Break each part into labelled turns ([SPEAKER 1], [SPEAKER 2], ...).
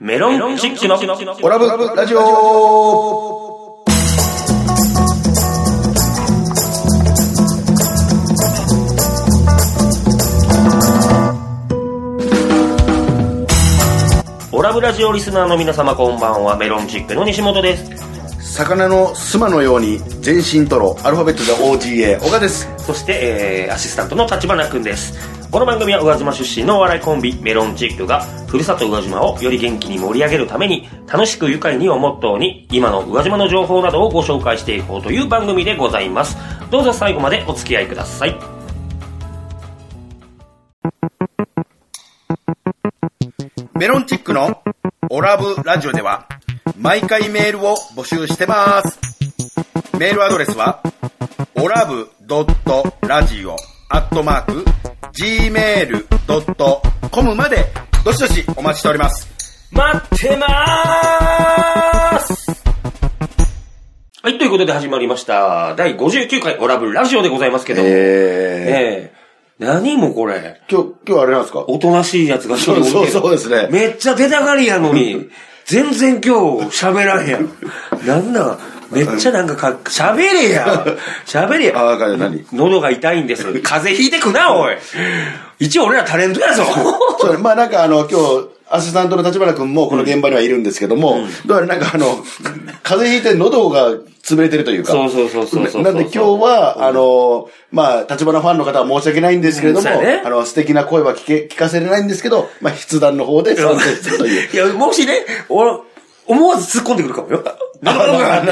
[SPEAKER 1] メロンチックの
[SPEAKER 2] オラブラジオ
[SPEAKER 1] オラブラジオリスナーの皆様こんばんはメロンチックの西本です
[SPEAKER 2] 魚のすまのように全身トロアルファベットで OGA 小賀です
[SPEAKER 1] そして、えーアシスタントの立花くんですこの番組は宇和島出身のお笑いコンビメロンチックがふるさと宇和島をより元気に盛り上げるために楽しく愉快にをモットーに今の宇和島の情報などをご紹介していこうという番組でございますどうぞ最後までお付き合いください
[SPEAKER 2] メロンチックのオラブラジオでは毎回メールを募集してますメールアドレスはオラブドットラジオアットマーク gmail.com までどしどしお待ちしております
[SPEAKER 1] 待ってまーすはい、ということで始まりました。第59回オラブラジオでございますけども。ええ
[SPEAKER 2] え
[SPEAKER 1] 何もこれ。
[SPEAKER 2] ー、今日今日あれなんですか
[SPEAKER 1] おとなしいやつが一人おるけど
[SPEAKER 2] そうそうそうですね
[SPEAKER 1] めっちゃ出たがりやの に、全然今日喋らんやん。なんなんめっちゃなんかか、喋れや。喋れや。
[SPEAKER 2] ああか何
[SPEAKER 1] 喉が痛いんです。風邪ひいてくな、おい。一応俺らタレントやぞ。
[SPEAKER 2] そうねまあなんかあの、今日、アシスタントの立花君もこの現場にはいるんですけども、どうやらなんかあの、風邪ひいて喉が潰れてるというか。
[SPEAKER 1] そうそうそうそうそう
[SPEAKER 2] ななんで今日は、あの、まあ、立花ファンの方は申し訳ないんですけれども、
[SPEAKER 1] うんそうやね
[SPEAKER 2] あの、素敵な声は聞け、聞かせれないんですけど、まあ、筆談の方で参加するという。
[SPEAKER 1] いや、もしね、お思わず突っ込んでくるかもよ。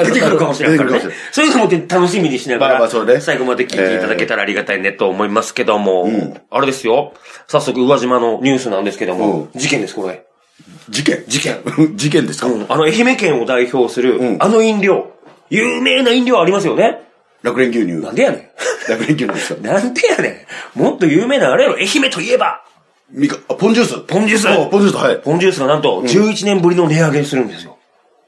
[SPEAKER 1] 出てくるかもしれないからね
[SPEAKER 2] 出てくるかもしれない。
[SPEAKER 1] そういうのも楽しみにしなが
[SPEAKER 2] まあまあそうね
[SPEAKER 1] ら、最後まで聞いていただけたらありがたいねと思いますけども、あれですよ。早速、宇和島のニュースなんですけども、事件です、これ。
[SPEAKER 2] 事件
[SPEAKER 1] 事件。
[SPEAKER 2] 事件ですか、
[SPEAKER 1] あの、愛媛県を代表する
[SPEAKER 2] ん、
[SPEAKER 1] あの飲料。有名な飲料ありますよね。
[SPEAKER 2] 楽蓮牛乳。
[SPEAKER 1] なん
[SPEAKER 2] 楽
[SPEAKER 1] でやね
[SPEAKER 2] 蓮牛乳ですか
[SPEAKER 1] ん。 なんでやねん。もっと有名なあれやろ。愛媛といえば、
[SPEAKER 2] みか、あ、ポンジュース。
[SPEAKER 1] ポンジュース
[SPEAKER 2] あポンジュース、はい。
[SPEAKER 1] ポンジュースがなんと、11年ぶりの値上げするんですよ。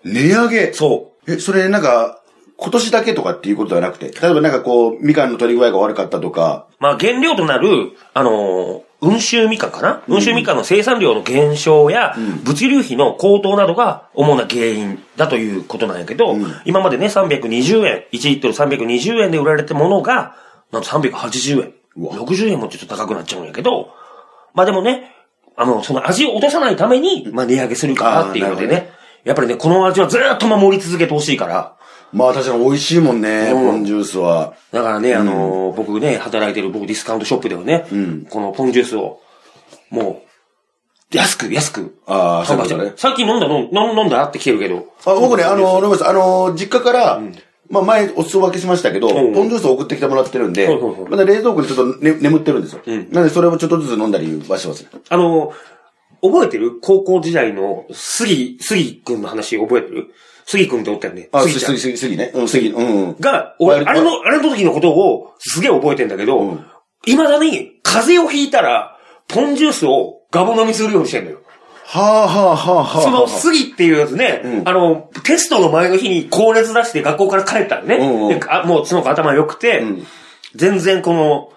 [SPEAKER 2] 値上げ。
[SPEAKER 1] そう。
[SPEAKER 2] え、それなんか、今年だけとかっていうことではなくて、例えばなんかこう、みかんの取り具合が悪かったとか、
[SPEAKER 1] まあ、原料となる、あのー、温州みかんかな温州みかんの生産量の減少や、物流費の高騰などが主な原因だということなんやけど、今までね、320円、1リットル320円で売られたものが、なんと380円。
[SPEAKER 2] うわ
[SPEAKER 1] 60円もちょっと高くなっちゃうんやけど、まあでもね、あの、その味を落とさないために、まあ値上げするかなっていうので
[SPEAKER 2] あーなる
[SPEAKER 1] ね、やっぱりね、この味はずーっと守り続けてほしいから、
[SPEAKER 2] まあ確かに美味しいもんね、
[SPEAKER 1] うん
[SPEAKER 2] ポンジュースは。
[SPEAKER 1] だからね、あのー僕ね、働いてる僕ディスカウントショップではね、このポンジュースを、もう、安く、安く。
[SPEAKER 2] ああ、そう
[SPEAKER 1] 販売
[SPEAKER 2] いう
[SPEAKER 1] し
[SPEAKER 2] こ
[SPEAKER 1] て
[SPEAKER 2] とね
[SPEAKER 1] る。さっき飲んだ、飲ん飲ん飲んだって来てるけど。
[SPEAKER 2] あ僕ね、あの、ロベさん、あの、実家から、まあ前お裾分けしましたけど、
[SPEAKER 1] うん
[SPEAKER 2] ポンジュースを送ってきてもらってるんで
[SPEAKER 1] はいはいは、い
[SPEAKER 2] まだ冷蔵庫にちょっと、ね、眠ってるんですよ。なのでそれをちょっとずつ飲んだりはしてます。
[SPEAKER 1] あのー覚えてる高校時代の杉、杉くんの話覚えてる杉くんっておったよね。
[SPEAKER 2] あ、
[SPEAKER 1] 杉ちゃん
[SPEAKER 2] 杉、杉、杉ね。うん、杉、うん。うん
[SPEAKER 1] が、俺、
[SPEAKER 2] ワイ
[SPEAKER 1] あ
[SPEAKER 2] ル
[SPEAKER 1] れ
[SPEAKER 2] ド
[SPEAKER 1] の、あれの時のことをすげえ覚えてんだけ
[SPEAKER 2] う
[SPEAKER 1] ど
[SPEAKER 2] ん、
[SPEAKER 1] 未だに風邪をひいたら、ポンジュースをガボ飲みするようにしてんだよ。
[SPEAKER 2] はあはあはあはあ。
[SPEAKER 1] その
[SPEAKER 2] は
[SPEAKER 1] 杉っていうやつね、
[SPEAKER 2] うん
[SPEAKER 1] あの、テストの前の日に高熱出して学校から帰ったのね。
[SPEAKER 2] うんうん
[SPEAKER 1] であもうすごく頭良くて、
[SPEAKER 2] ん
[SPEAKER 1] 全然この、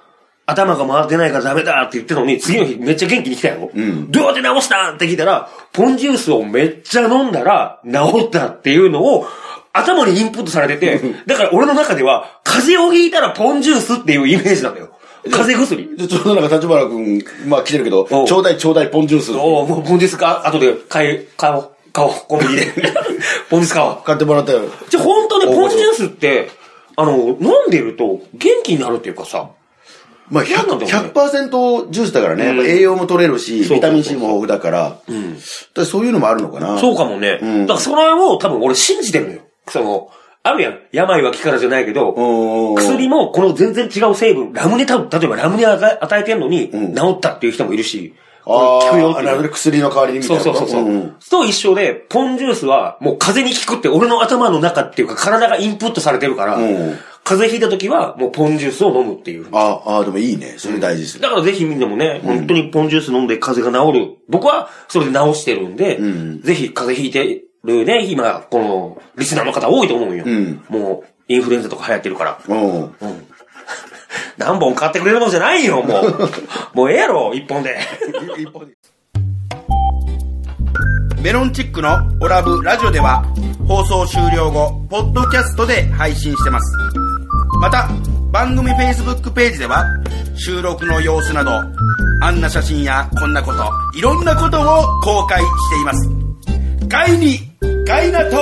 [SPEAKER 1] 頭が回ってないからダメだって言ってたのに、次の日めっちゃ元気に来たよ。
[SPEAKER 2] ん
[SPEAKER 1] どうやって治したんって聞いたら、ポンジュースをめっちゃ飲んだら治ったっていうのを、頭にインプットされてて、だから俺の中では、風邪をひいたらポンジュースっていうイメージなんだよ。風邪薬。
[SPEAKER 2] あちょっとなんか立花くん、まあ来てるけど、
[SPEAKER 1] うん
[SPEAKER 2] ちょうだいちょうだいポンジュース。
[SPEAKER 1] おおもうポンジュースか、後で買い、買おう。買おう。コンビニで。 ポンジュース買おう。
[SPEAKER 2] 買ってもらったよ。
[SPEAKER 1] じゃ、本当ね、ポンジュースって、あの、飲んでると元気になるっていうかさ、
[SPEAKER 2] まあ
[SPEAKER 1] なんだろう
[SPEAKER 2] 100、
[SPEAKER 1] ね
[SPEAKER 2] 100%ジュースだからね、やっぱ栄養も取れる
[SPEAKER 1] そうそ
[SPEAKER 2] し、
[SPEAKER 1] うそう
[SPEAKER 2] ビタミン C も豊富だから、だからそういうのもあるのかな。
[SPEAKER 1] そうかもね。
[SPEAKER 2] ん
[SPEAKER 1] だからそれを多分俺信じてるのよ。その、あるやん。病は気からじゃないけど、
[SPEAKER 2] うん。
[SPEAKER 1] 薬もこの全然違う成分、ラムネた、例えばラムネ与え与えてんのに、治ったっていう人もいるし、
[SPEAKER 2] あ
[SPEAKER 1] こ
[SPEAKER 2] あ、
[SPEAKER 1] れ効くよっていう
[SPEAKER 2] なるほど、薬の代わりにみた
[SPEAKER 1] そ
[SPEAKER 2] いうな
[SPEAKER 1] そう
[SPEAKER 2] こと。
[SPEAKER 1] そうそう、
[SPEAKER 2] んん
[SPEAKER 1] と一緒で、ポンジュースはもう風邪に効くって俺の頭の中っていうか体がインプットされてるから、
[SPEAKER 2] ん
[SPEAKER 1] 風邪ひいた時はもうポンジュースを飲むっていう。
[SPEAKER 2] ああ、でもいいね。それ大事ですね。
[SPEAKER 1] だからぜひみんなもね、本当にポンジュース飲んで風邪が治る。僕はそれで治してるんで、ぜひ風邪ひいてるね、今、この、リスナーの方多いと思うよ。
[SPEAKER 2] ん
[SPEAKER 1] もう、インフルエンザとか流行ってるから。
[SPEAKER 2] うん。
[SPEAKER 1] 何本買ってくれるもんじゃないよ、も う。もうええやろ、一本で。
[SPEAKER 2] 一方でメロンチックのオラブラジオでは放送終了後、ポッドキャストで配信してます。また、番組 Facebook ページでは収録の様子など、あんな写真やこんなこと、いろんなことを公開しています。ガイに、ガイナト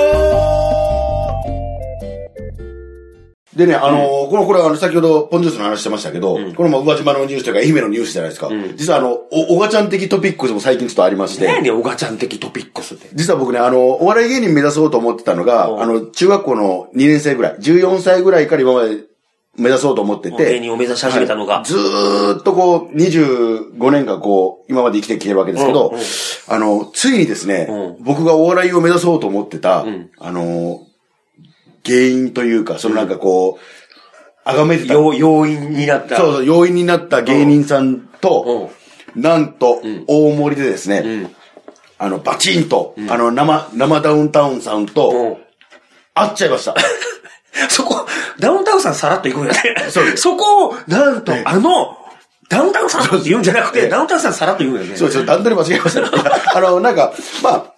[SPEAKER 3] でね、あのーこの、これ、あの、先ほど、ポンジュースの話してましたけど、これも宇和島のニュースというか、愛媛のニュースじゃないですか。実は、あの、お、おがちゃん的トピックスも最近ちょっとありまして。
[SPEAKER 1] 何やねん、おがちゃん的トピックスって。
[SPEAKER 3] 実は僕ね、あの、お笑い芸人目指そうと思ってた
[SPEAKER 1] う
[SPEAKER 3] の
[SPEAKER 1] ん
[SPEAKER 3] が、あの、中学校の2年生ぐらい、14歳ぐらいから今まで目指そうと思ってて、
[SPEAKER 1] 芸人を目指し始めたのが
[SPEAKER 3] はいずーっとこう、25年間こう、今まで生きてきてるわけですけど、
[SPEAKER 1] うんうん
[SPEAKER 3] あの、ついにですね、
[SPEAKER 1] う
[SPEAKER 3] 僕がお笑いを目指そうと思ってた、
[SPEAKER 1] ん
[SPEAKER 3] あの、原因というか、そのなんかこう、あがめてた、そう
[SPEAKER 1] 要、要因になった。
[SPEAKER 3] そう、要因になった芸人さんと、なんと、大盛りでですね、
[SPEAKER 1] ん
[SPEAKER 3] あの、バチンと、あの、生、生ダウンタウンさんと、
[SPEAKER 1] うん。
[SPEAKER 3] 会っちゃいました。
[SPEAKER 1] そこ、ダウンタウンさんさらっと行くんやね。
[SPEAKER 3] そうです
[SPEAKER 1] そこを、なんと
[SPEAKER 3] ええ、
[SPEAKER 1] あの、ダウンタウンさんって言うんじゃなく
[SPEAKER 3] え
[SPEAKER 1] て、
[SPEAKER 3] え
[SPEAKER 1] ダウンタウンさんさらっと言うんやね。
[SPEAKER 3] そうですよ、段取り間違えましたね。あの、なんか、まあ、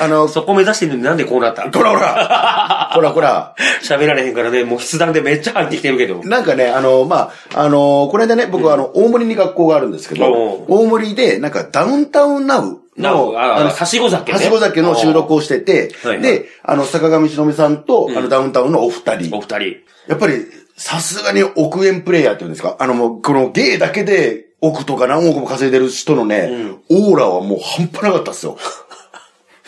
[SPEAKER 3] あ の、
[SPEAKER 1] そこ目指してるのになんでこうなった
[SPEAKER 3] こらほらほらほら
[SPEAKER 1] 喋られへんからね、もう筆談でめっちゃ入ってきてるけど。
[SPEAKER 3] なんかね、あの、まあ、あの、この間ね、僕はあの、大森に学校があるんですけ
[SPEAKER 1] おう
[SPEAKER 3] ど、大森で、なんかダウンタウンナウ
[SPEAKER 1] なお、
[SPEAKER 3] の、
[SPEAKER 1] あ
[SPEAKER 3] あの
[SPEAKER 1] の、はしご酒ね。
[SPEAKER 3] はしご酒の収録をしてて
[SPEAKER 1] はいは、い
[SPEAKER 3] で、あの、坂上忍さんと、あの、ダウンタウンのお二
[SPEAKER 1] お
[SPEAKER 3] 人。
[SPEAKER 1] 二人。
[SPEAKER 3] やっぱり、さすがに億円プレイヤーっていうんですかあの、もう、この芸だけで、億とか何億も稼いでる人のね、オーラはもう半端なかったっすよ。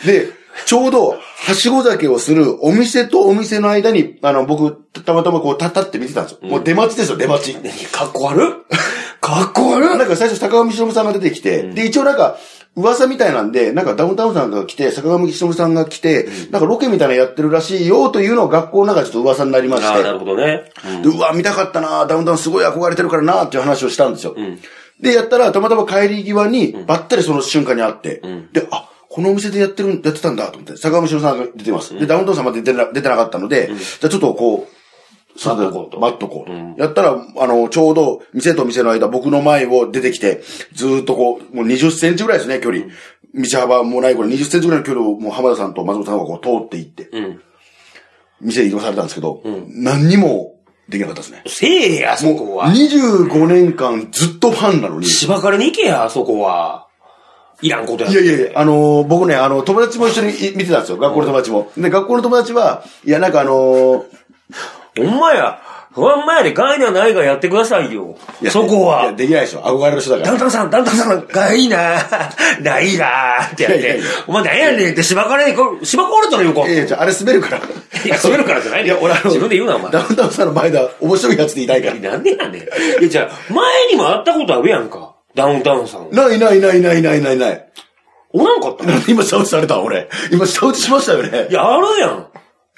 [SPEAKER 3] で、ちょうど、はしご酒をするお店とお店の間に、あの、僕、たまたまこう、立って見てたんですよ。もう出待ちですよ、出待ち。
[SPEAKER 1] かっこ悪っかっこ悪
[SPEAKER 3] なん
[SPEAKER 1] っ
[SPEAKER 3] か最初、坂上忍さんが出てきて、で、一応なんか、噂みたいなんで、なんかダウンタウンさんが来て、坂上忍さんが来て、なんかロケみたいなのやってるらしいよというのを学校の中でちょっと噂になりまし
[SPEAKER 1] ああ、
[SPEAKER 3] て
[SPEAKER 1] な、るほどね。
[SPEAKER 3] でうわ、見たかったなダウンタウンすごい憧れてるからなっていう話をしたんですよ。で、やったら、たまたま帰り際に、ばったりその瞬間に会って、で、あ、このお店でやってるん、やってたんだと思って、坂上忍さんが出てます。で、ダウンタウンさんまで出てな出てなかったので、じゃあちょっとこう、待っとこうと。待っとこうと。やったら、あの、ちょうど、店と店の間、僕の前を出てきて、ずーっとこう、もう20センチぐらいですね、距離。道幅もない頃、20センチぐらいの距離を、もう浜田さんと松本さんがこう通っていって、
[SPEAKER 1] ん
[SPEAKER 3] 店に移動されたんですけど、何にもできなかったですね。
[SPEAKER 1] せえや、そこ
[SPEAKER 3] もう、
[SPEAKER 1] は。
[SPEAKER 3] 25年間ずっとファンなのに。
[SPEAKER 1] 芝刈りに行けや、そこは。いらんことや
[SPEAKER 3] いやいやいや、あのー僕ね、あの、友達も一緒にい見てたんですよ。学校の友達も。で、学校の友達は、いや、なんかあのー
[SPEAKER 1] ほんまや。ほんまやで、害なないがやってくださいよ
[SPEAKER 3] い。や
[SPEAKER 1] そこ
[SPEAKER 3] い
[SPEAKER 1] は
[SPEAKER 3] や、。できないでしょ。憧れの人だか
[SPEAKER 1] ダウン
[SPEAKER 3] ら。
[SPEAKER 1] タウンさん、ダウンタウンさんがいいなぁ、ないなぁってやっ
[SPEAKER 3] いやい
[SPEAKER 1] て
[SPEAKER 3] やいや、
[SPEAKER 1] お前何やねんって芝刈りに行こう、芝刈れたらよこう。
[SPEAKER 3] いやいやじゃあ、あれ滑るから。
[SPEAKER 1] いや滑るからじゃない
[SPEAKER 3] いや、俺あの、
[SPEAKER 1] 自分で言うなお前
[SPEAKER 3] ダウンタウンさんの前だ、面白いやつでいたいから。
[SPEAKER 1] なんでやねん。いや、じゃあ、前にも会ったことあるやんか。ダウンタウンさん。
[SPEAKER 3] ないないないないないないない。
[SPEAKER 1] おらんかった
[SPEAKER 3] なんで今、シャウトされた俺。今、シャウトしましたよね
[SPEAKER 1] い。や、あるやん。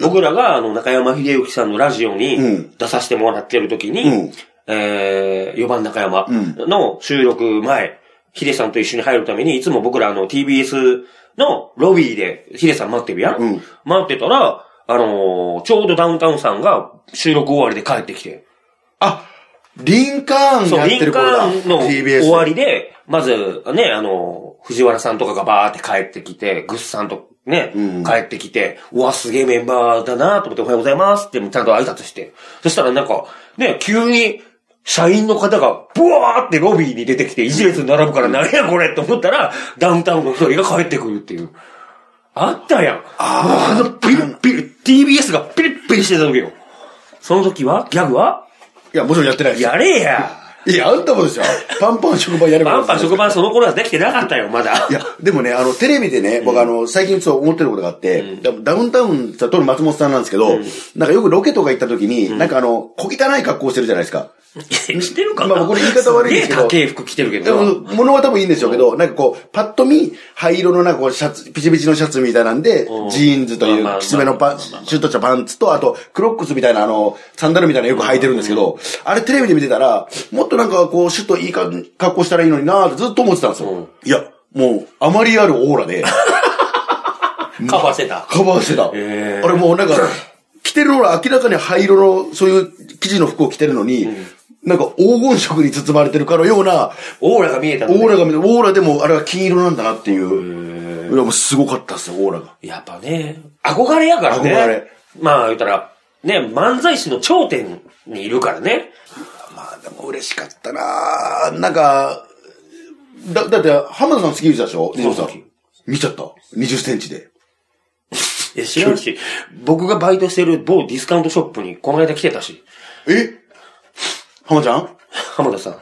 [SPEAKER 1] 僕らが、あの、中山秀幸さんのラジオ
[SPEAKER 3] う
[SPEAKER 1] に
[SPEAKER 3] ん
[SPEAKER 1] 出させてもらってる時に、
[SPEAKER 3] うん
[SPEAKER 1] えー、4番中山
[SPEAKER 3] ん
[SPEAKER 1] の収録前、秀さんと一緒に入るために、いつも僕らあの TBS のロビーで秀さん待ってるやん。
[SPEAKER 3] うん
[SPEAKER 1] 待ってたら、あのーちょうどダウンタウンさんが収録終わりで帰ってきて、
[SPEAKER 3] あ、リンカーン
[SPEAKER 1] そ
[SPEAKER 3] や
[SPEAKER 1] う、
[SPEAKER 3] って
[SPEAKER 1] リン
[SPEAKER 3] る
[SPEAKER 1] カ
[SPEAKER 3] 頃だ。
[SPEAKER 1] ーンの
[SPEAKER 3] TBS
[SPEAKER 1] 終わりで、まず、ね、あの、藤原さんとかがバーって帰ってきて、グッさんとね、
[SPEAKER 3] うん
[SPEAKER 1] 帰ってきて、うわ、すげえメンバーだなと思って、おはようございますって、ちゃんと挨拶して。そしたらなんか、ね、急に、社員の方が、ブワーってロビーに出てきて、一列に並ぶから、何やこれって思ったら、ダウンタウンの一人が帰ってくるっていう。あったやん。あの、ピリッピリ、TBS がピリッピリしてた時よ。その時はギャグはい
[SPEAKER 3] や、もちろんやってないです。
[SPEAKER 1] やれや。
[SPEAKER 3] いや、あんたもでしょ。パンパン職場やれば
[SPEAKER 1] パ
[SPEAKER 3] よ
[SPEAKER 1] ンパ
[SPEAKER 3] か
[SPEAKER 1] ン
[SPEAKER 3] ったです
[SPEAKER 1] 食パンその頃はできてなかったよ、まだ。
[SPEAKER 3] いや、でもね、あの、テレビでね、僕あの、最近そう思ってることがあって、ダウンタウンさん、と松本さんなんですけど、なんかよくロケとか行った時に、なんかあの、小汚い格好してるじゃないですか。
[SPEAKER 1] してるかな
[SPEAKER 3] まあこれ言い方悪いですけど
[SPEAKER 1] すげえ高い服着てるけ
[SPEAKER 3] で
[SPEAKER 1] どな。
[SPEAKER 3] も、物は多分いいんでしょうけど、なんかこう、パッと見、灰色のなんかこう、シャツ、ピチピチのシャツみたいなんで
[SPEAKER 1] うん、
[SPEAKER 3] ジーンズとい
[SPEAKER 1] まあまあ
[SPEAKER 3] う、きつめのパン、シュッとしたパンツと、あと、クロックスみたいな、あの、サンダルみたいなのよく履いてるんですけど、あれテレビで見てたら、もっとなんかこう、シュッといいか格好したらいいのになーってずっと思ってたんですよ。いや、もう、あまりあるオーラで、
[SPEAKER 1] カバーしてた。
[SPEAKER 3] カバーしてた。
[SPEAKER 1] へー
[SPEAKER 3] あれもうなんか、着てるのは明らかに灰色の、そういう生地の服を着てるのに、なんか黄金色に包まれてるかのような、
[SPEAKER 1] オーラが見えた
[SPEAKER 3] オ
[SPEAKER 1] のね。
[SPEAKER 3] ーラが見えて、オーラでもあれは金色なんだなっていう。いや、もうすごかったっすよ、オーラが。
[SPEAKER 1] やっぱね、憧れやからね。
[SPEAKER 3] 憧れ
[SPEAKER 1] まあ言ったら、ね、漫才師の頂点にいるからね。
[SPEAKER 3] まあ、でも嬉しかったなぁなんか、だ、だって、浜田さん好き見てたでしょ西本さ
[SPEAKER 1] 好き
[SPEAKER 3] ん。見ちゃった。20センチで。
[SPEAKER 1] いや、知らんし、僕がバイトしてる某ディスカウントショップにこの間来てたし、
[SPEAKER 3] え浜ちゃん
[SPEAKER 1] 浜田さん。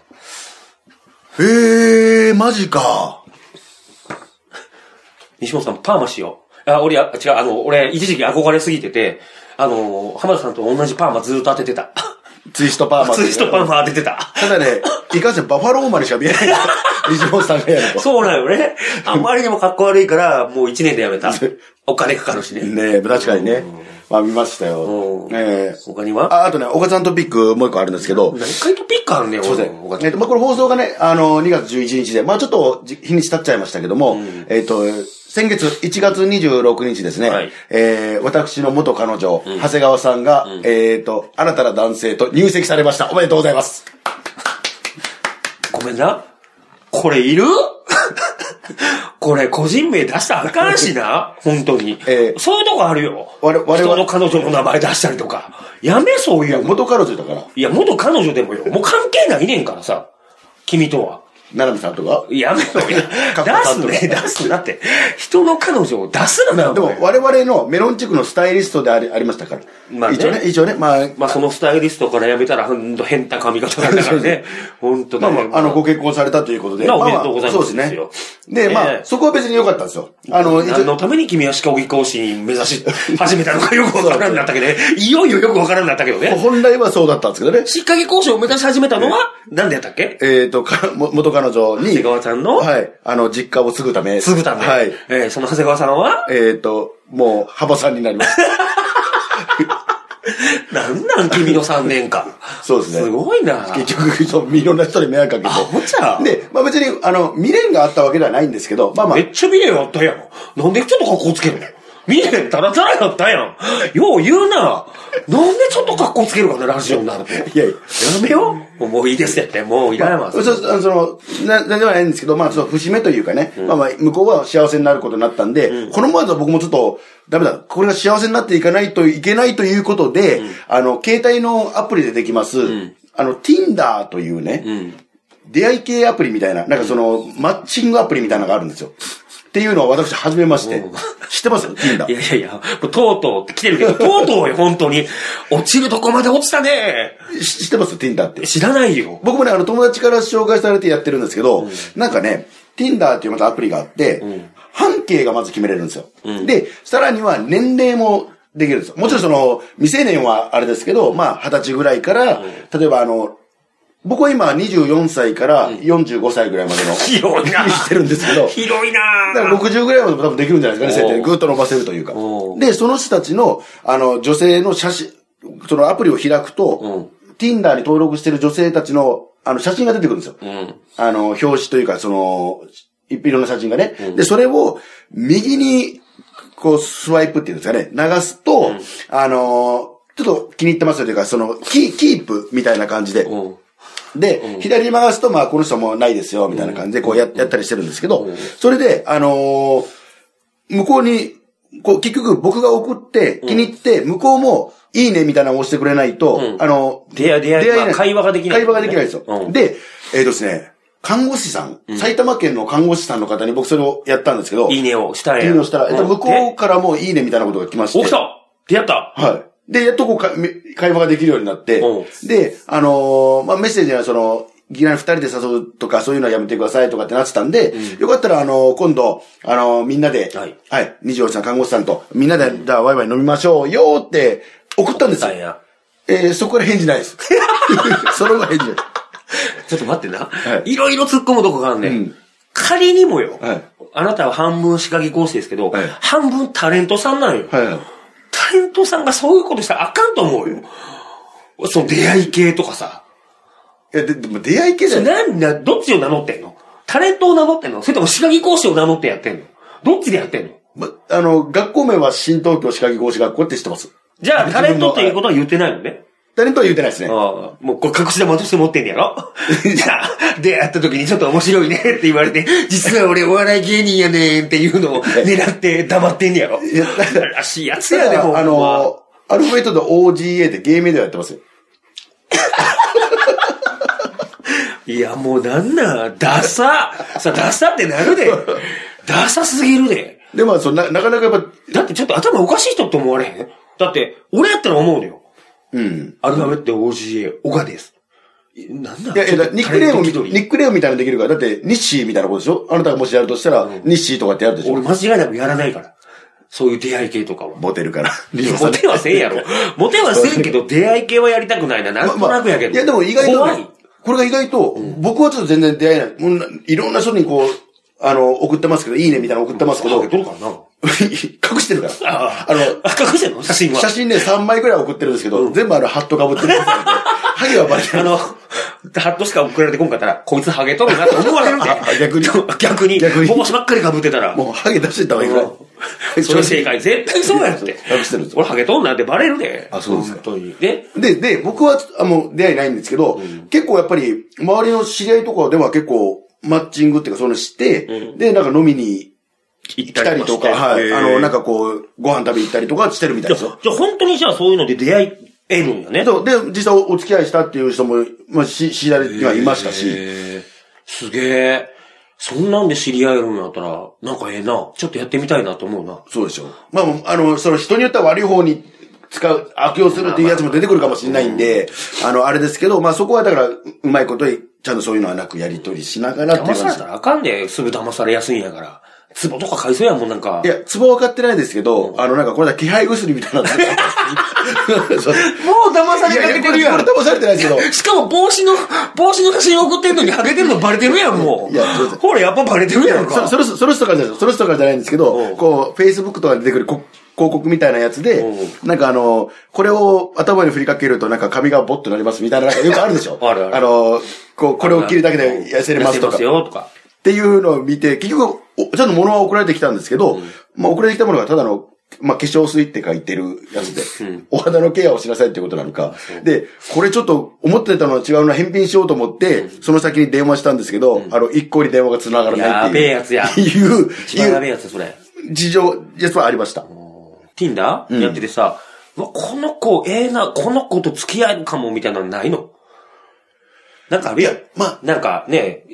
[SPEAKER 3] ええー、マジか。
[SPEAKER 1] 西本さん、パーマしよう。あ、俺、あ違う、あの、俺、一時期憧れすぎてて、あの、浜田さんと同じパーマずっと当ててた。
[SPEAKER 3] ツイストパーマ。
[SPEAKER 1] ツイストパー。マ当ててた。
[SPEAKER 3] ただね、いかんせんバファロー馬にしか見えないから。西本さんがやると。
[SPEAKER 1] そうなんよ ね。あまりにもかっこ悪いから、もう一年でやめた。お金かかるしね。
[SPEAKER 3] ねえ、確かにね。まあ見ました
[SPEAKER 1] う
[SPEAKER 3] よ
[SPEAKER 1] ん。
[SPEAKER 3] ええ
[SPEAKER 1] 他には
[SPEAKER 3] ああとね、岡ちゃんとピックもう一個あるんですけど、
[SPEAKER 1] 何回とピックあるね、
[SPEAKER 3] そうで
[SPEAKER 1] 俺
[SPEAKER 3] すね
[SPEAKER 1] の。
[SPEAKER 3] えっと、まあ、これ放送がね、あの、2月11日で、まあ、ちょっとじ日にち経っちゃいましたけども、えっと、先月1月26日ですね、
[SPEAKER 1] はい
[SPEAKER 3] えー私の元彼女、長谷川さんが、えっ、と、新たな男性と入籍されました。おめでとうございます。
[SPEAKER 1] ごめんな。これいる これ個人名出したらあかんしな。本当に。
[SPEAKER 3] ええ
[SPEAKER 1] そういうとこあるよ。
[SPEAKER 3] 我々は
[SPEAKER 1] 人の彼女の名前出したりとか。やめ、そういうの。
[SPEAKER 3] 元彼女だから、
[SPEAKER 1] いや、元彼女でもよ。もう関係ないねんからさ。君とは。
[SPEAKER 3] 七海さんとか。
[SPEAKER 1] やめろよ。
[SPEAKER 3] 過去
[SPEAKER 1] 出す
[SPEAKER 3] 担当
[SPEAKER 1] ね、出すなって。人の彼女を出すなな、
[SPEAKER 3] で
[SPEAKER 1] お
[SPEAKER 3] も
[SPEAKER 1] 前、
[SPEAKER 3] 我々のメロンチックのスタイリストでありありましたから。
[SPEAKER 1] まあね
[SPEAKER 3] 一応ね、一応ね、まあ、
[SPEAKER 1] まあ、そのスタイリストからやめたら、ほんと変な髪型 なんだからね。本当
[SPEAKER 3] ま
[SPEAKER 1] だ
[SPEAKER 3] あ
[SPEAKER 1] ね。
[SPEAKER 3] まあ、あの、ご結婚されたということで。
[SPEAKER 1] まあおめでとうございます
[SPEAKER 3] まあそうですね
[SPEAKER 1] よ。
[SPEAKER 3] で、ま
[SPEAKER 1] え
[SPEAKER 3] あ
[SPEAKER 1] え、
[SPEAKER 3] そこは別に良かったんですよ。あの、一
[SPEAKER 1] 何の
[SPEAKER 3] 応、
[SPEAKER 1] ために君は歯科技講師に目指 し始めたのかよくわからんなったけどね。いよいよよくわからんなったけどね。
[SPEAKER 3] 本来はそうだったんですけどね。
[SPEAKER 1] 歯科技講師を目指し始めたのは、何でやったっけ
[SPEAKER 3] えっ、と、かも元彼女に、
[SPEAKER 1] 長谷川さんの
[SPEAKER 3] はい、あの、実家を継ぐため。
[SPEAKER 1] すぐため。
[SPEAKER 3] はい。
[SPEAKER 1] えーその長谷川さん は、
[SPEAKER 3] えっ、と、もう、幅さんになりました。
[SPEAKER 1] なんなん君の3年間。
[SPEAKER 3] そうですね。
[SPEAKER 1] すごいな。
[SPEAKER 3] 結局、そう、いろんな人に迷惑か
[SPEAKER 1] アホ
[SPEAKER 3] け
[SPEAKER 1] ちゃう
[SPEAKER 3] て。で、まあ別に、あの、未練があったわけではないんですけど、まあまあ
[SPEAKER 1] め、っちゃ未練あったやん。なんでちょっと格好つけるの未練たらたらやったやん。よう言うな。なんでちょっと格好つけるかね、ラジオになると。
[SPEAKER 3] いやいや
[SPEAKER 1] やめよう。もういいですって、もういらないわ。
[SPEAKER 3] そうそうその、な、なんではないんですけど、まあ、ちょっと節目というかね、まあまあ、向こうは幸せになることになったんで、このままだと僕もちょっと、ダメだ、これが幸せになっていかないといけないということで、あの、携帯のアプリでできます、あの、Tinder というね、出会い系アプリみたいな、なんかその、マッチングアプリみたいなのがあるんですよ。っていうのを私、初めまして。知ってます ?Tinder
[SPEAKER 1] い。やいやいや、もうとうとうって来てるけど、とうとうよ、本当に。落ちるとこまで落ちたね。
[SPEAKER 3] し知ってます ?Tinder って。
[SPEAKER 1] 知らないよ。
[SPEAKER 3] 僕もね、あの、友達から紹介されてやってるんですけど、なんかね、Tinder っていうまたアプリがあって、半径がまず決めれるんですよ。で、さらには年齢もできるんですよ。もちろんその、未成年はあれですけど、まあ、二十歳ぐらいから、例えばあの、僕は今24歳から45歳ぐらいまでの、
[SPEAKER 1] 広いな。
[SPEAKER 3] してるんですけど
[SPEAKER 1] 広い
[SPEAKER 3] だから
[SPEAKER 1] な。
[SPEAKER 3] 60ぐらいまでも多分できるんじゃないですかね、設
[SPEAKER 1] おう
[SPEAKER 3] 定。ぐーっと伸ばせるというか
[SPEAKER 1] お。う
[SPEAKER 3] で、その人たちの、あの、女性の写真、そのアプリを開くと、Tinder に登録してる女性たちの、あの、写真が出てくるんですよ。
[SPEAKER 1] うん。
[SPEAKER 3] あの、表紙というか、その、いいろんな写真がね。で、それを、右に、こう、スワイプっていうんですかね、流すと、あの、ちょっと気に入ってますよというか、その、キー、キープみたいな感じで、
[SPEAKER 1] うん。
[SPEAKER 3] で、左に回すと、まあ、この人もうないですよ、みたいな感じで、こうや,、やったりしてるんですけど、それで、あのー向こうに、こう、結局僕が送って、気に入って、向こうも、いいね、みたいなのを押してくれないと、
[SPEAKER 1] うん
[SPEAKER 3] あのー、
[SPEAKER 1] 出会い、出会い、
[SPEAKER 3] 出会いね
[SPEAKER 1] まあ会話ができない、
[SPEAKER 3] 会話ができないんですよ。
[SPEAKER 1] うん
[SPEAKER 3] で、えっ、とですね、看護師さん、埼玉県の看護師さんの方に僕それをやったんですけど、
[SPEAKER 1] いいねをした
[SPEAKER 3] い
[SPEAKER 1] ら
[SPEAKER 3] いねをしたら、えっと、向こう
[SPEAKER 1] で
[SPEAKER 3] からもいいねみたいなことが来まして。
[SPEAKER 1] 起きた出会った
[SPEAKER 3] はい。で、やっとこうか、め会話ができるようになって
[SPEAKER 1] おう、
[SPEAKER 3] で、あのーまあ、メッセージはその、いきなり二人で誘うとか、そういうのはやめてくださいとかってなってたんで、よかったら、あのー今度、あのーみんなで、
[SPEAKER 1] はい
[SPEAKER 3] はい、二条さん、看護師さんと、みんなで、じゃあ、ワイワイ飲みましょうよーって、送ったんですよ
[SPEAKER 1] さん。や。
[SPEAKER 3] えー、そこから返事な いです。その後返事ない。
[SPEAKER 1] ちょっと待ってな。
[SPEAKER 3] はい
[SPEAKER 1] いろいろ突っ込むとこがあんねん。
[SPEAKER 3] うん
[SPEAKER 1] 仮にもよ、
[SPEAKER 3] はい
[SPEAKER 1] あなたは半分歯科技講師ですけど、
[SPEAKER 3] はい
[SPEAKER 1] 半分タレントさんなんよ。
[SPEAKER 3] はい。
[SPEAKER 1] タレントさんがそういうことしたらあかんと思うよ。その出会い系とかさ。
[SPEAKER 3] いや、で、でも出会い系じゃない。
[SPEAKER 1] なんな、どっちを名乗ってんのタレントを名乗ってんのそれとも歯科技講師を名乗ってやってんのどっちでやってんの
[SPEAKER 3] まあの、学校名は新東京歯科技講師学校って知ってます。
[SPEAKER 1] じゃあ、タレントということは言ってないのね。
[SPEAKER 3] 誰にとは言ってないですね。
[SPEAKER 1] ああ、もうこれ隠し玉として持ってんねやろじゃあ、で、会った時にちょっと面白いねって言われて、実は俺お笑い芸人やねんっていうのを狙って黙ってんねやろ
[SPEAKER 3] いやだから
[SPEAKER 1] らしいやつ
[SPEAKER 3] た
[SPEAKER 1] やでも。
[SPEAKER 3] だ、あの、アルファベットと OGA って芸名ではやってますよ。
[SPEAKER 1] いや、もうなんなん、ダサさ、ダサってなるで。ダサすぎるで。
[SPEAKER 3] で、まあ、そのななかなかやっぱ、
[SPEAKER 1] だってちょっと頭おかしい人って思われへんだって、俺やったら思うのよ。
[SPEAKER 3] うん。
[SPEAKER 1] アルファベット OGA、オカです。いなんだ
[SPEAKER 3] いや、いやニックネームみ、
[SPEAKER 1] ちょっとタレント気取り
[SPEAKER 3] ニックネームみたいなのできるから、だって、ニッシーみたいなことでしょあなたがもしやるとしたら、ニッシーとかってやるでしょ
[SPEAKER 1] 俺間違いなくやらないから。そういう出会い系とかは。
[SPEAKER 3] モテるから。リ
[SPEAKER 1] モテ はせんやろ。モテはせんけど、出会い系はやりたくないな。なんとなくやけど。
[SPEAKER 3] いや、でも意外と、
[SPEAKER 1] 怖い。
[SPEAKER 3] これが意外と、僕はちょっと全然出会えない。こんないろんな人にこう、あの、送ってますけど、いいねみたいなの送ってますけ
[SPEAKER 1] ど
[SPEAKER 3] ど、
[SPEAKER 1] うかな
[SPEAKER 3] 隠してるから。
[SPEAKER 1] あ
[SPEAKER 3] あの、
[SPEAKER 1] 赤くしてんの写真は。
[SPEAKER 3] 写真ね、3枚くらい送ってるんですけど、全部あの、ハットかぶってるんですけど、ハゲはバレて
[SPEAKER 1] あ
[SPEAKER 3] る。。
[SPEAKER 1] の、ハットしか送られてこんかったら、こいつハゲとるなって思われるんで
[SPEAKER 3] 逆に
[SPEAKER 1] そう逆に。
[SPEAKER 3] 逆に
[SPEAKER 1] 帽子ばっかり被ってたら。
[SPEAKER 3] もう、ハゲ出してった方がいいぐらい。
[SPEAKER 1] それ正解。絶対そうやって。
[SPEAKER 3] 隠してるんですよ
[SPEAKER 1] 俺ハゲとんなってバレるで。
[SPEAKER 3] あそうですか
[SPEAKER 1] 本当に。で、
[SPEAKER 3] で、で、僕は、あもう出会いないんですけど、結構やっぱり、周りの知り合いとかでは結構、マッチングっていうか、そういうのして、で、なんか飲みに
[SPEAKER 1] 行っ
[SPEAKER 3] 来たりとか、はい。あの、なんかこう、ご飯食べ行ったりとかしてるみたい
[SPEAKER 1] じゃ
[SPEAKER 3] ですよ。
[SPEAKER 1] あ、じゃあ本当にじゃあそういうので出会い得るんやね。
[SPEAKER 3] そう。で、実際おお付き合いしたっていう人も、まあ、し、知られてはいましたし、
[SPEAKER 1] へー。すげえ。そんなんで知り合えるんやったら、なんかええな。ちょっとやってみたいなと思うな。
[SPEAKER 3] そうでしょ。まあ、あの、その人によっては悪い方に使う、悪用するっていうやつも出てくるかもしれないんで、あの、あれですけど、まあ、そこはだから、ううまいことに、ちゃんとそういうのはなくやりとりしながらってい
[SPEAKER 1] 騙
[SPEAKER 3] う
[SPEAKER 1] され
[SPEAKER 3] 話
[SPEAKER 1] た。らあかんで、すぐ騙されやすいんやから。ツボとか買いそうやもん、なんか。
[SPEAKER 3] いや、ツボは買ってないですけど、あの、なんかこれだ気配薬みたいなの そう
[SPEAKER 1] もう騙さ
[SPEAKER 3] いや、いやこれ、これ騙されてないですけど、
[SPEAKER 1] しかも帽子の、帽子の写真送ってんのにハゲてるのバレてるやん、もう。
[SPEAKER 3] いやそうです
[SPEAKER 1] ほら、やっぱバレてるやん
[SPEAKER 3] そ
[SPEAKER 1] か。
[SPEAKER 3] それそれとからじゃないそれとからじゃないんですけ
[SPEAKER 1] う
[SPEAKER 3] ど、
[SPEAKER 1] ん
[SPEAKER 3] こう、Facebook とかで出てくるこ広告みたいなやつで、なんかあの、これを頭に振りかけるとなんか髪がボッとなりますみたいな、なんかよくあるでしょ
[SPEAKER 1] あるある
[SPEAKER 3] の、こう、これを着るだけで痩せれますとか。
[SPEAKER 1] 痩せよ、とか。
[SPEAKER 3] っていうのを見て、結局、おちゃんと物は送られてきたんですけど、まあ送られてきたものがただの、まあ化粧水って書いてるやつで、お肌のケアをしなさいってことなのか、で、これちょっと思ってたのは違うな、返品しようと思って、その先に電話したんですけど、あの、一向に電話が繋がらない ってい
[SPEAKER 1] やべ
[SPEAKER 3] う。
[SPEAKER 1] えやつや
[SPEAKER 3] いう、
[SPEAKER 1] 一番や
[SPEAKER 3] い
[SPEAKER 1] べ
[SPEAKER 3] う
[SPEAKER 1] えやつ、それ。
[SPEAKER 3] 事情、実はありました。
[SPEAKER 1] Tinder、やっててさ、うわ、この子、ええな、この子と付き合えるかも、みたいなのないのなんかあるやん
[SPEAKER 3] いや。まあ
[SPEAKER 1] なんかね、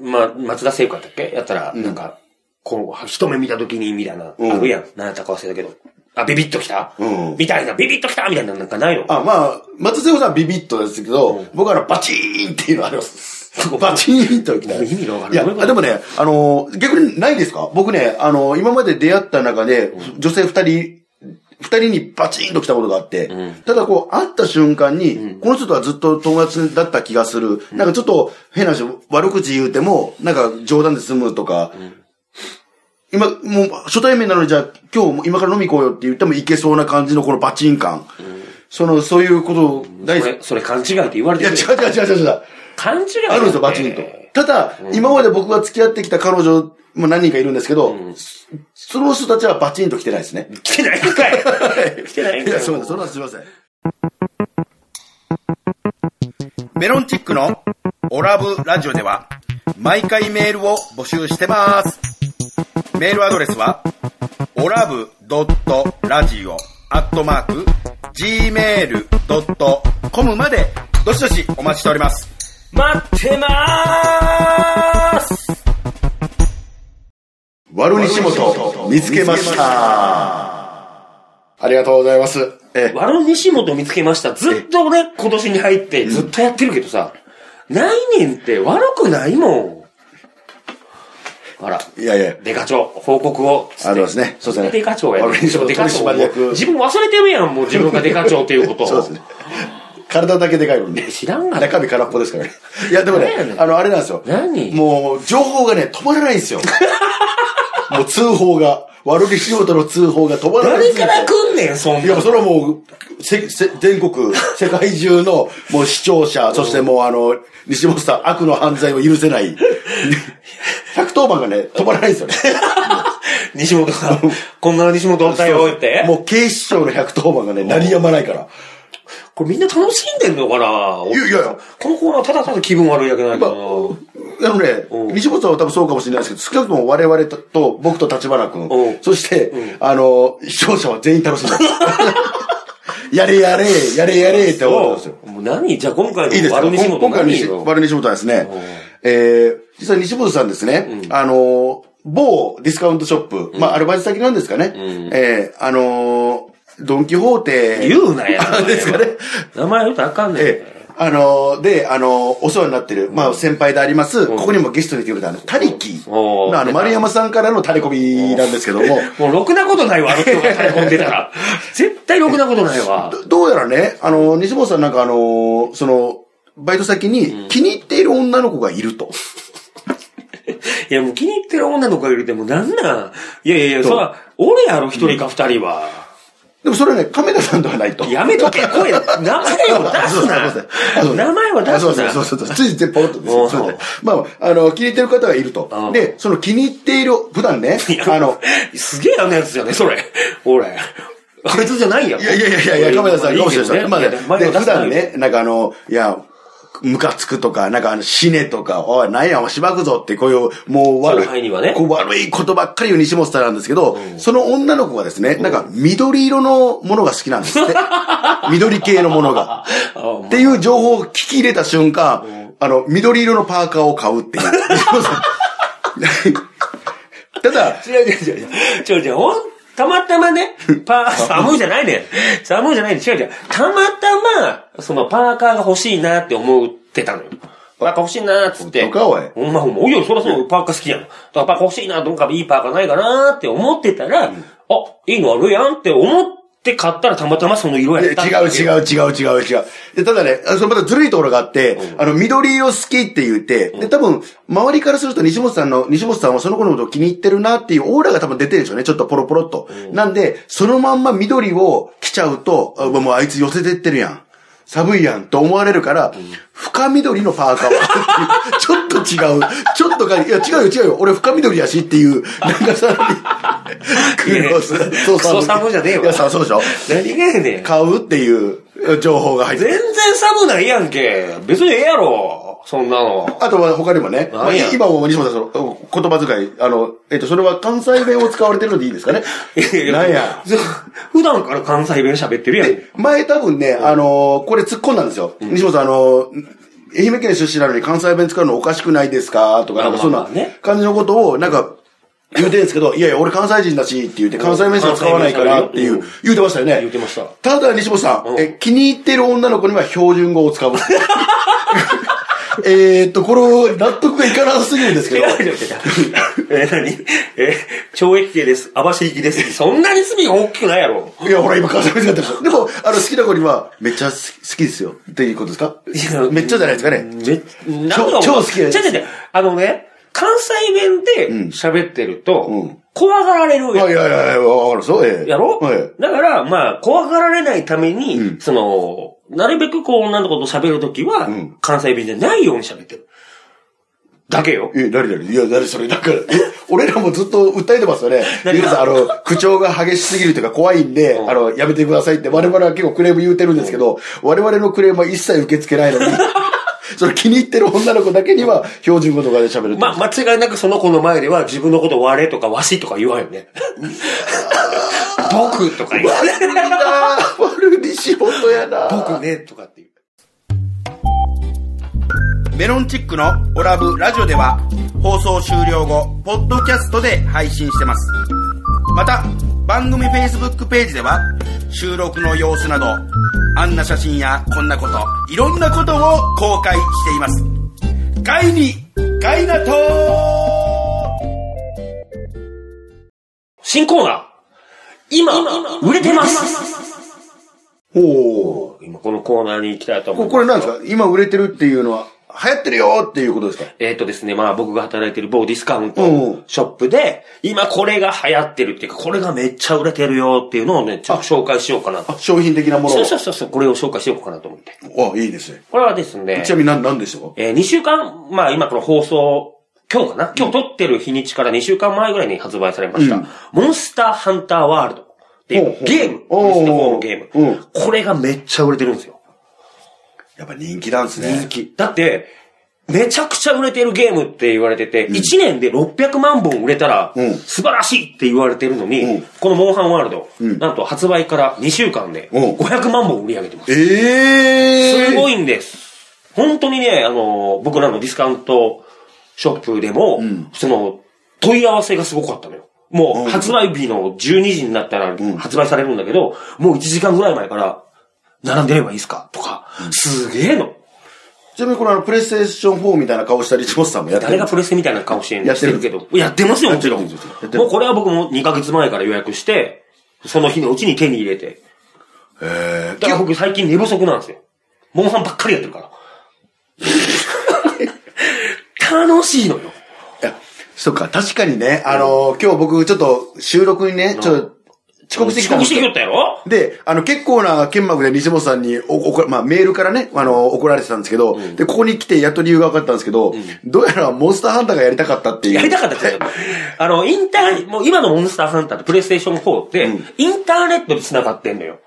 [SPEAKER 1] ま、松田聖子やったっけやったら、なんか、こう、一目見た時に、みたいな、
[SPEAKER 3] うん
[SPEAKER 1] あるやん。何やったか忘れたけど。あ、ビビッときた、
[SPEAKER 3] うん
[SPEAKER 1] みたいな、ビビッときたみたいな、なんかないの
[SPEAKER 3] あ、まあ、松瀬子さんはビビッとですけど、僕はあの、バチーンっていうのあります。バチーンと来た。
[SPEAKER 1] 意味がわからない
[SPEAKER 3] いや、あでもね、あのー、逆にないですか僕ね、あのー、今まで出会った中で、女性二人、二人にバチーンと来たことがあって、ただこう、会った瞬間に、この人とはずっと友達だった気がする。なんかちょっと、変な話、悪口言うても、なんか冗談で済むとか、今、もう、初対面なのに、じゃあ、今日も、今から飲み行こうよって言ってもいけそうな感じのこのバチン感。その、そういうこと、大
[SPEAKER 1] そ
[SPEAKER 3] 好き。
[SPEAKER 1] れ、それ勘違いって言われ
[SPEAKER 3] い
[SPEAKER 1] て
[SPEAKER 3] や、違
[SPEAKER 1] る。
[SPEAKER 3] う違う違う違う違う。
[SPEAKER 1] 勘違いだって
[SPEAKER 3] あるんですよ、バチンと。ただ、今まで僕が付き合ってきた彼女も何人かいるんですけど、そその人たちはバチンと来てないですね。
[SPEAKER 1] 来てないん かい来てないん
[SPEAKER 3] い
[SPEAKER 1] か
[SPEAKER 3] や、
[SPEAKER 1] い
[SPEAKER 3] そうです。そんなんすいません。メロンチックのオラブラジオでは、毎回メールを募集してます。メールアドレスは、オラブドットラジオアットマーク、gmail.com まで、どしどしお待ちしております。
[SPEAKER 1] 待ってまーす
[SPEAKER 3] 悪西本、見つけました。ありがとうございます。え、
[SPEAKER 1] ワロ西本見つけました。ずっと俺、今年に入ってずっとやってるけどさ、ないねんって悪くないもん。あら、
[SPEAKER 3] いやいや、
[SPEAKER 1] デカ長、報告を。
[SPEAKER 3] ありますね。そうですね。
[SPEAKER 1] デカ長や
[SPEAKER 3] 悪西本
[SPEAKER 1] デ
[SPEAKER 3] 取
[SPEAKER 1] カ長
[SPEAKER 3] 締役。
[SPEAKER 1] 自分忘れてるやん、もう自分がデカ長っていうこと。
[SPEAKER 3] そうですね。体だけでかいのに。
[SPEAKER 1] 知らんがな
[SPEAKER 3] 中身空っぽですからね。いや、でもね
[SPEAKER 1] 何やね、ん
[SPEAKER 3] あの、あれなんですよ。
[SPEAKER 1] 何
[SPEAKER 3] もう、情報がね、止まらないんで すよ。もう通報が。悪西本の通報が止まらない
[SPEAKER 1] 誰
[SPEAKER 3] んですよ。
[SPEAKER 1] から来んねん、そんない
[SPEAKER 3] や、それはもう、せ、せ、全国、世界中の、もう視聴者、そしてもうあの、西本さん、悪の犯罪を許せ ない。110番がね、止まらないんですよね。
[SPEAKER 1] 西本さん、こんな西本おったよ、って。
[SPEAKER 3] もう警視庁の110番がね、鳴りやまないから。
[SPEAKER 1] これみんな楽しんでんのかない
[SPEAKER 3] やいやいや
[SPEAKER 1] このコーナーただただ気分悪いだけなんだ
[SPEAKER 3] まあ、
[SPEAKER 1] けど
[SPEAKER 3] あのね
[SPEAKER 1] うん、
[SPEAKER 3] 西本さんは多分そうかもしれないですけど、少なくとも我々と、と僕と立花君
[SPEAKER 1] うん、
[SPEAKER 3] そして、あの、視聴者は全員楽しんでます。 やれやれ、やれやれって思ってますよ。
[SPEAKER 1] な。もう何じゃあ今回
[SPEAKER 3] いいで
[SPEAKER 1] の
[SPEAKER 3] すか
[SPEAKER 1] 悪西
[SPEAKER 3] 今
[SPEAKER 1] 本
[SPEAKER 3] 今回の
[SPEAKER 1] 何
[SPEAKER 3] 西
[SPEAKER 1] よ
[SPEAKER 3] バル西本はですね、えー、実は西本さんですね、あのー、某ディスカウントショップ、まあ、アルバイト先なんですかね、えー、あのー、ドンキホーテ、
[SPEAKER 1] 言うなや。
[SPEAKER 3] ですかね。
[SPEAKER 1] 名前言うとあかんねん。
[SPEAKER 3] ええ。あのーで、あのーお世話になってる、まあ、先輩であります、ここにもゲストに来てくれた、あの、タリキ
[SPEAKER 1] おー
[SPEAKER 3] の、あの、丸山さんからのタレコミなんですけども、
[SPEAKER 1] もうろくなことないわ、あの人が垂れ込んでたら。絶対ろくなことないわ。
[SPEAKER 3] どどうやらね、あのー西本さんなんかあのーその、バイト先に気に入っている女の子がいると。
[SPEAKER 1] いや、もう気に入ってる女の子がいるって、もうなんなんいやいやいや、
[SPEAKER 3] どう
[SPEAKER 1] そら、俺やろ、一人か二人は。
[SPEAKER 3] でもそれはね、亀田さんではないと。
[SPEAKER 1] やめとけ、声、名前を出す
[SPEAKER 3] あそう
[SPEAKER 1] な。
[SPEAKER 3] そう
[SPEAKER 1] 名前は出
[SPEAKER 3] あそう
[SPEAKER 1] す
[SPEAKER 3] そう
[SPEAKER 1] な。
[SPEAKER 3] そうそうそう。ついてポロッとです
[SPEAKER 1] お
[SPEAKER 3] よ。
[SPEAKER 1] う
[SPEAKER 3] それでまあ、あの、気に入ってる方がいる
[SPEAKER 1] う
[SPEAKER 3] と
[SPEAKER 1] ん。
[SPEAKER 3] で、その気に入っている、普段ね、あの、
[SPEAKER 1] すげえ嫌なやつじゃね、それ。俺。あいつじゃないやん。
[SPEAKER 3] いやいやいやいや、亀田さんかもしれないです。まあね、で普段。ね、なんかあの、いや、ムカつくとか、なんかあの、死ねとか、おい、なんや、お前しばくぞって、こういう、もう悪
[SPEAKER 1] 後輩に
[SPEAKER 3] い、
[SPEAKER 1] はね
[SPEAKER 3] こう悪いことばっかり言う西本さんなんですけど、その女の子がですね、なんか緑色のものが好きなんです って。緑系のもの が。
[SPEAKER 1] あ
[SPEAKER 3] っていう情報を聞き入れた瞬間、あの、緑色のパーカーを買うっていう。 ただ、
[SPEAKER 1] 違う違う違う 違う違う違う。ほんたまたまね、 パー、寒いじゃないねん。寒いじゃないねん。違う違う。たまたま、そのパーカーが欲しいなって思ってたのよ。パーカー欲しいなーっつって。
[SPEAKER 3] 本当かおい
[SPEAKER 1] ほんまほんま。おいよ、そらそう、パーカー好きやん。だからパーカー欲しいな、どんかいいパーカーないかなーって思ってたら、あ、いいのあるやんって思って買ったらたまたまその色
[SPEAKER 3] いや
[SPEAKER 1] やった。
[SPEAKER 3] 違う違う違う違う違う。で、ただね、あそれまたずるいところがあって、あの、緑色好きって言って、で、多分、周りからすると西本さんの、西本さんはその子のことを気に入ってるなっていうオーラが多分出てるんでしょうね。ちょっとポロポロっと。なんで、そのまんま緑を着ちゃうと、あもうあいつ寄せてってるやん。寒いやんと思われるから、深緑のパーカーをちょっと違う。 ちょっとか、いや違うよ違うよ。俺深緑やしっていう、なんかさら
[SPEAKER 1] い
[SPEAKER 3] に
[SPEAKER 1] やいや
[SPEAKER 3] そう
[SPEAKER 1] クソ寒じゃねえわ
[SPEAKER 3] いや、さそうでしょ。
[SPEAKER 1] 何がやねん。
[SPEAKER 3] 買うっていう情報が入って
[SPEAKER 1] 全
[SPEAKER 3] る。
[SPEAKER 1] 然寒ないやんけ。別にええやろ。そんなの。
[SPEAKER 3] あとは他にもね、
[SPEAKER 1] 何や。
[SPEAKER 3] まあ、今も西本さんそのお言葉遣い、あの、えっと、それは関西弁を使われてるのでいいんですかねな んや。。
[SPEAKER 1] 普段から関西弁喋ってるやん。
[SPEAKER 3] で前多分ね、あのーこれ突っ込んだんですよ。西本さん、あのー愛媛県出身なのに関西弁使うのおかしくないですかとか、なんかそん
[SPEAKER 1] まあ
[SPEAKER 3] な
[SPEAKER 1] まあね
[SPEAKER 3] 感じのことを、なんか、言うてるんですけど、いやいや、俺関西人だし、って言って、関西弁しか使わないからってい
[SPEAKER 1] 関西弁しか使わない
[SPEAKER 3] う
[SPEAKER 1] ようん、
[SPEAKER 3] 言うてましたよね。
[SPEAKER 1] 言うてました
[SPEAKER 3] ただ、西本さ
[SPEAKER 1] うん
[SPEAKER 3] ん、え、気に入ってる女の子には標準語を 使う。えーっと、これ、納得がいかなすぎるんですけ
[SPEAKER 1] 違
[SPEAKER 3] ど
[SPEAKER 1] う、違う違う。 えー、何えー、懲役刑です。網走行きです。そんなに罪が大きくないやろ。
[SPEAKER 3] いや、ほら、今関西弁使ってるでも、あの、好きな子には、めっちゃ好き好きですよ。っていうことですか
[SPEAKER 1] いや
[SPEAKER 3] めっちゃじゃないですかね。
[SPEAKER 1] め、なん
[SPEAKER 3] 超好きや
[SPEAKER 1] 違う
[SPEAKER 3] で
[SPEAKER 1] 違う違う。あのね、関西弁で喋ってると、
[SPEAKER 3] うん
[SPEAKER 1] 怖がられるやん
[SPEAKER 3] あいやいやいや、わかるそう、ええ。
[SPEAKER 1] やろ、
[SPEAKER 3] え
[SPEAKER 1] だから、まあ、怖がられないために、その、なるべくこう、女の子と喋るときは、
[SPEAKER 3] ん
[SPEAKER 1] 関西弁じゃないように喋ってる。だけよ。
[SPEAKER 3] え。え、誰誰いや、誰それ、だから、え、俺らもずっと訴えてますよね。
[SPEAKER 1] 何が
[SPEAKER 3] 皆さん、あの、口調が激しすぎるというか怖いんで、あの、やめてくださいって、我々は結構クレーム言うてるんですけど、我々のクレームは一切受け付けないの に、その気に入ってる女の子だけには、標準語とかで喋るって。
[SPEAKER 1] ま、間違いなくその子の前では自分のこと我とかわしとか言わんよ ね。僕とか言わん
[SPEAKER 3] 悪いなぁ悪い仕事やなぁ
[SPEAKER 1] 僕ね、とかっていう。
[SPEAKER 2] メロンチックのオラブラジオでは放送終了後、ポッドキャストで配信してます。また、番組 Facebook ページでは収録の様子など、あんな写真やこんなこと、いろんなことを公開しています。ガイに、ガイナトー
[SPEAKER 1] 新コーナー今、売れてます
[SPEAKER 3] ほう。
[SPEAKER 1] 今このコーナーに行きたいと思い
[SPEAKER 3] こ
[SPEAKER 1] ます。
[SPEAKER 3] これなんですか今売れてるっていうのは、流行ってるよっていうことですか
[SPEAKER 1] えっ、とですね、まあ僕が働いてる某ディスカウン
[SPEAKER 3] う
[SPEAKER 1] ト
[SPEAKER 3] ん
[SPEAKER 1] ショップで、今これが流行ってるっていうか、これがめっちゃ売れてるよっていうのをね、ちょっと紹介しようかなと。
[SPEAKER 3] 商品的なもの
[SPEAKER 1] そうそうそうそう、これを紹介しようかなと思って。
[SPEAKER 3] を。あ、いいですね。
[SPEAKER 1] これはですね
[SPEAKER 3] ち、なみに何、何でしたか
[SPEAKER 1] えー、2週間、まあ今この放送、今日かな今日撮ってる日にちから2週間前ぐらいに発売されました。
[SPEAKER 3] うん
[SPEAKER 1] モンスターハンターワールドってい
[SPEAKER 3] ほうほ
[SPEAKER 1] う
[SPEAKER 3] う
[SPEAKER 1] ゲーム、
[SPEAKER 3] おー
[SPEAKER 1] ベスト4のゲーム、
[SPEAKER 3] うん
[SPEAKER 1] これがめっちゃ売れてるんですよ。
[SPEAKER 3] やっぱ人気なんですね。
[SPEAKER 1] 人気。だって、めちゃくちゃ売れてるゲームって言われてて、1年で600万本売れたら
[SPEAKER 3] うん、
[SPEAKER 1] 素晴らしいって言われてるのに、
[SPEAKER 3] うん
[SPEAKER 1] このモンハンワールド、
[SPEAKER 3] うん
[SPEAKER 1] なんと発売から2週間で
[SPEAKER 3] うん
[SPEAKER 1] 500万本売り上げてます。
[SPEAKER 3] ええー。
[SPEAKER 1] すご
[SPEAKER 3] い。
[SPEAKER 1] いんです。本当にね、あの、僕らのディスカウントショップでも、
[SPEAKER 3] ん
[SPEAKER 1] その、問い合わせがすごかったのよ。も
[SPEAKER 3] うん
[SPEAKER 1] う、発売日の12時になったら
[SPEAKER 3] ん
[SPEAKER 1] 発売されるんだけど、もう1時間ぐらい前から、並んでればいいですかとか、すげえの。
[SPEAKER 3] ちなみにこれあの、プレイステーション4みたいな顔したリチモスさんもやって
[SPEAKER 1] 誰
[SPEAKER 3] る
[SPEAKER 1] が。プレステみたいな顔して
[SPEAKER 3] や
[SPEAKER 1] るし
[SPEAKER 3] っ
[SPEAKER 1] て
[SPEAKER 3] てる
[SPEAKER 1] るけど。やってますよ、もちろん。
[SPEAKER 3] やってるやってる
[SPEAKER 1] もうこれは僕も2ヶ月前から予約して、その日のうちに手に入れて。
[SPEAKER 3] ええ
[SPEAKER 1] だから僕最近寝不足なんですよ。モンハンばっかりやってるから。楽しいのよ。
[SPEAKER 3] いや、そっか、確かにね、あのー今日僕ちょっと収録にね、ちょっと遅刻してきたんです
[SPEAKER 1] 遅刻してきよ
[SPEAKER 3] よ
[SPEAKER 1] っ。たやろ
[SPEAKER 3] で、あの、結構な剣幕で西本さんにお怒ら、まあ、メールからね、あの、怒られてたんですけど、で、ここに来てやっと理由が分かったんですけど、どうやらモンスターハンターがやりたかったっていう。
[SPEAKER 1] やりたかったですよ。 あの、インター、もう今のモンスターハンターとプレイステーション4って、インターネットで繋がってんのよ。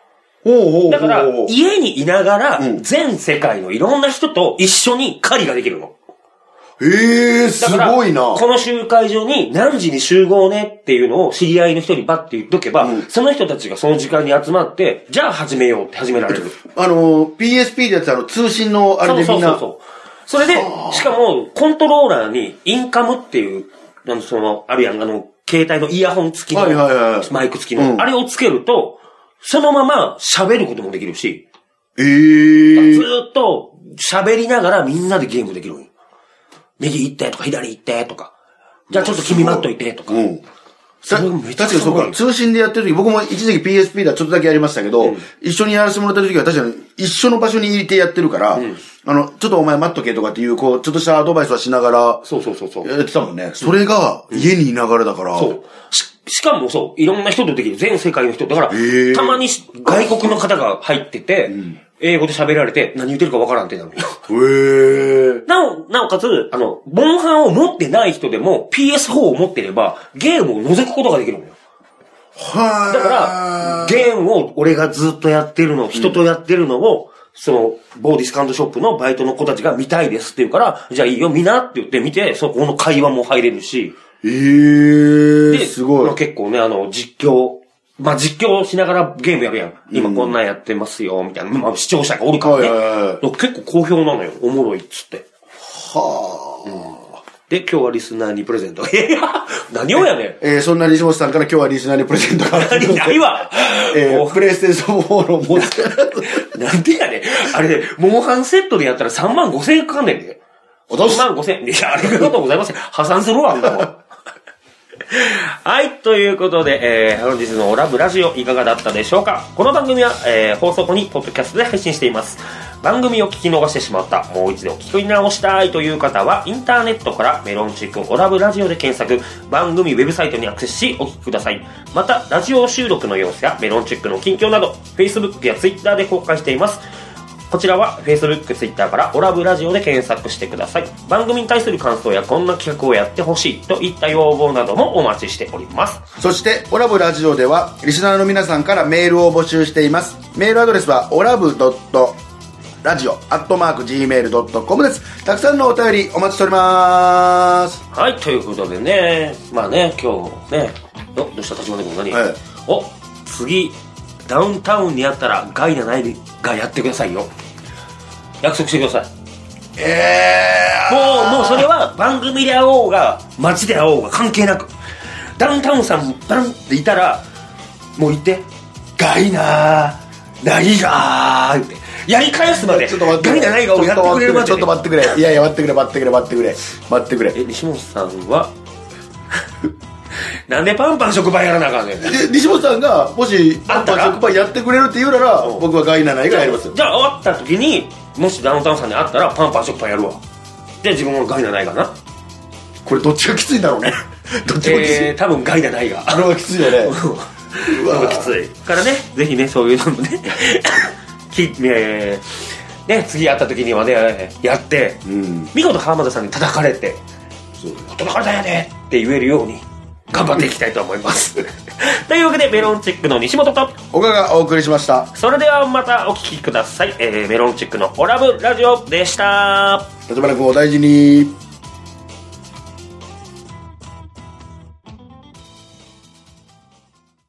[SPEAKER 3] ほうほうほうほう
[SPEAKER 1] だから、
[SPEAKER 3] い
[SPEAKER 1] 家にいながら、
[SPEAKER 3] うん
[SPEAKER 1] 全世界のいろんな人と一緒に狩りができるの。
[SPEAKER 3] えー、
[SPEAKER 1] だ
[SPEAKER 3] す
[SPEAKER 1] から
[SPEAKER 3] ごいな。
[SPEAKER 1] この集会所に何時に集合ねっていうのを知り合いの人にバッて言っとけば、その人たちがその時間に集まって、じゃあ始めようって始められる。
[SPEAKER 3] あの、PSP でやつあの、通信のあれでみ
[SPEAKER 1] そうそう
[SPEAKER 3] んな、
[SPEAKER 1] そうそう。それで、しかも、コントローラーに、インカムっていう、あの、その、あるやん、あの、携帯のイヤホン付きの、
[SPEAKER 3] はいはいはい
[SPEAKER 1] マイク付き
[SPEAKER 3] う
[SPEAKER 1] の、
[SPEAKER 3] ん
[SPEAKER 1] あれをつけると、そのまま喋ることもできるし、
[SPEAKER 3] え
[SPEAKER 1] ず
[SPEAKER 3] ー、
[SPEAKER 1] ーっと喋りながらみんなでゲームできるのよ右行ってとか左行ってとか、じゃあちょっと君待っといてとか。
[SPEAKER 3] うん。
[SPEAKER 1] そ
[SPEAKER 3] た
[SPEAKER 1] れ
[SPEAKER 3] 確
[SPEAKER 1] めっち
[SPEAKER 3] か
[SPEAKER 1] ゃ
[SPEAKER 3] に
[SPEAKER 1] す
[SPEAKER 3] そう
[SPEAKER 1] ごい
[SPEAKER 3] か、通信でやってる時、僕も一時期 PSP ではちょっとだけやりましたけど、一緒にやらせてもらってる時は確かに一緒の場所にいてやってるから、あの、ちょっとお前待っとけとかっていう、こう、ちょっとしたアドバイスはしながら、
[SPEAKER 1] そうそうそうそう。
[SPEAKER 3] やってたもんね。それが、家にいながらだから。
[SPEAKER 1] そう。し、しかもそう、いろんな人とできる。全世界の人。だから、
[SPEAKER 3] へー
[SPEAKER 1] たまにし外国の方が入ってて、英語で喋られて、何言ってるかわからんってなるよ。
[SPEAKER 3] へえ。
[SPEAKER 1] なお、なおかつ、あの、モンハンを持ってない人でも PS4 を持ってれば、ゲームを覗くことができるのよ。
[SPEAKER 3] は
[SPEAKER 1] だから、ゲームを俺がずっとやってるの、人とやってるのを、その、某ディスカウントショップのバイトの子たちが見たいですって言うから、じゃあいいよ、見なって言って見て、そこの会話も入れるし、
[SPEAKER 3] えー、
[SPEAKER 1] です
[SPEAKER 3] ごい
[SPEAKER 1] まあ。結構ね、あの、実況、まあ、実況しながらゲームやるやん。今こんなんやってますよ、みたいな。まあ、視聴者がおるからね。
[SPEAKER 3] はいはいはい
[SPEAKER 1] だから結構好評なのよ。おもろいっつって。
[SPEAKER 3] はあ。
[SPEAKER 1] で、今日はリスナーにプレゼント。いや何をやねん。
[SPEAKER 3] えー、そんな西本さんから今日はリスナーにプレゼントがある
[SPEAKER 1] 何ないわ。
[SPEAKER 3] え
[SPEAKER 1] も
[SPEAKER 3] ー、プレイステーション4のモンスター。
[SPEAKER 1] うなんでやねん。あれ、モンハンセットでやったら3万5千円かかんねんで。
[SPEAKER 3] おど
[SPEAKER 1] 3
[SPEAKER 3] し
[SPEAKER 1] 万5千円。いや、ありがとうございます。破産するわ、もう。はい、ということで、えー、本日のオラブラジオいかがだったでしょうかこの番組は、えー、放送後にポッドキャストで配信しています。番組を聞き逃してしまった、もう一度聞き直したいという方は、インターネットからメロンチックオラブラジオで検索、番組ウェブサイトにアクセスしお聞きください。また、ラジオ収録の様子やメロンチックの近況など、Facebook や Twitter で公開しています。こちらは Facebook、Twitter からオラブラジオで検索してください。番組に対する感想やこんな企画をやってほしいといった要望などもお待ちしております。
[SPEAKER 3] そして、オラブラジオでは、リスナーの皆さんからメールを募集しています。メールアドレスは、オラブドットラジオアットマーク Gmail.com です。たくさんのお便りお待ちしております。
[SPEAKER 1] はい、ということでね、まあね、今日ね、おどうした立花君何、
[SPEAKER 3] はい
[SPEAKER 1] お次、ダウンタウンにあったら害がないがやってくださいよ。約束してください。
[SPEAKER 3] えー、
[SPEAKER 1] もう、もうそれは番組で会おうが、街で会おうが関係なく、ダウンタウンさん、バンっていたら、もう行って、ガイナー、ないがーって、やり返すまで、
[SPEAKER 3] ちょっと待って
[SPEAKER 1] ガイナーないがをやってくれるまで、
[SPEAKER 3] ちょっと待ってくれ。いやいや、待ってくれ、待ってくれ、待ってくれ。待ってくれ。
[SPEAKER 1] え、西本さんは、 なんでパンパン職場やらなあかんねん。
[SPEAKER 3] で西本さんが、もし、
[SPEAKER 1] あったら
[SPEAKER 3] 食パンやってくれるって言うなら、僕はガイナナイがやりますよ。
[SPEAKER 1] じゃあ会った時にもしダウンタウンさんに会ったらパンパン食パンやるわで自分も害がないかな
[SPEAKER 3] これ、どっちがきついんだろうね。 どっちもきつい。
[SPEAKER 1] えー、多分害がないが
[SPEAKER 3] あれはきつい よね。う
[SPEAKER 1] 多
[SPEAKER 3] わ
[SPEAKER 1] 分きついからねぜひねそういうのもね きえーね次会った時にはねやって、
[SPEAKER 3] うん。
[SPEAKER 1] 見事浜田さんに叩かれて
[SPEAKER 3] そうだよ
[SPEAKER 1] 叩かれたんやでって言えるように頑張っていきたいと思います というわけでメロンチックの西本と
[SPEAKER 3] 岡がお送りしました。
[SPEAKER 1] それではまたお聞きください、えーメロンチックのオラブラジオでした
[SPEAKER 3] 立花君お大事に。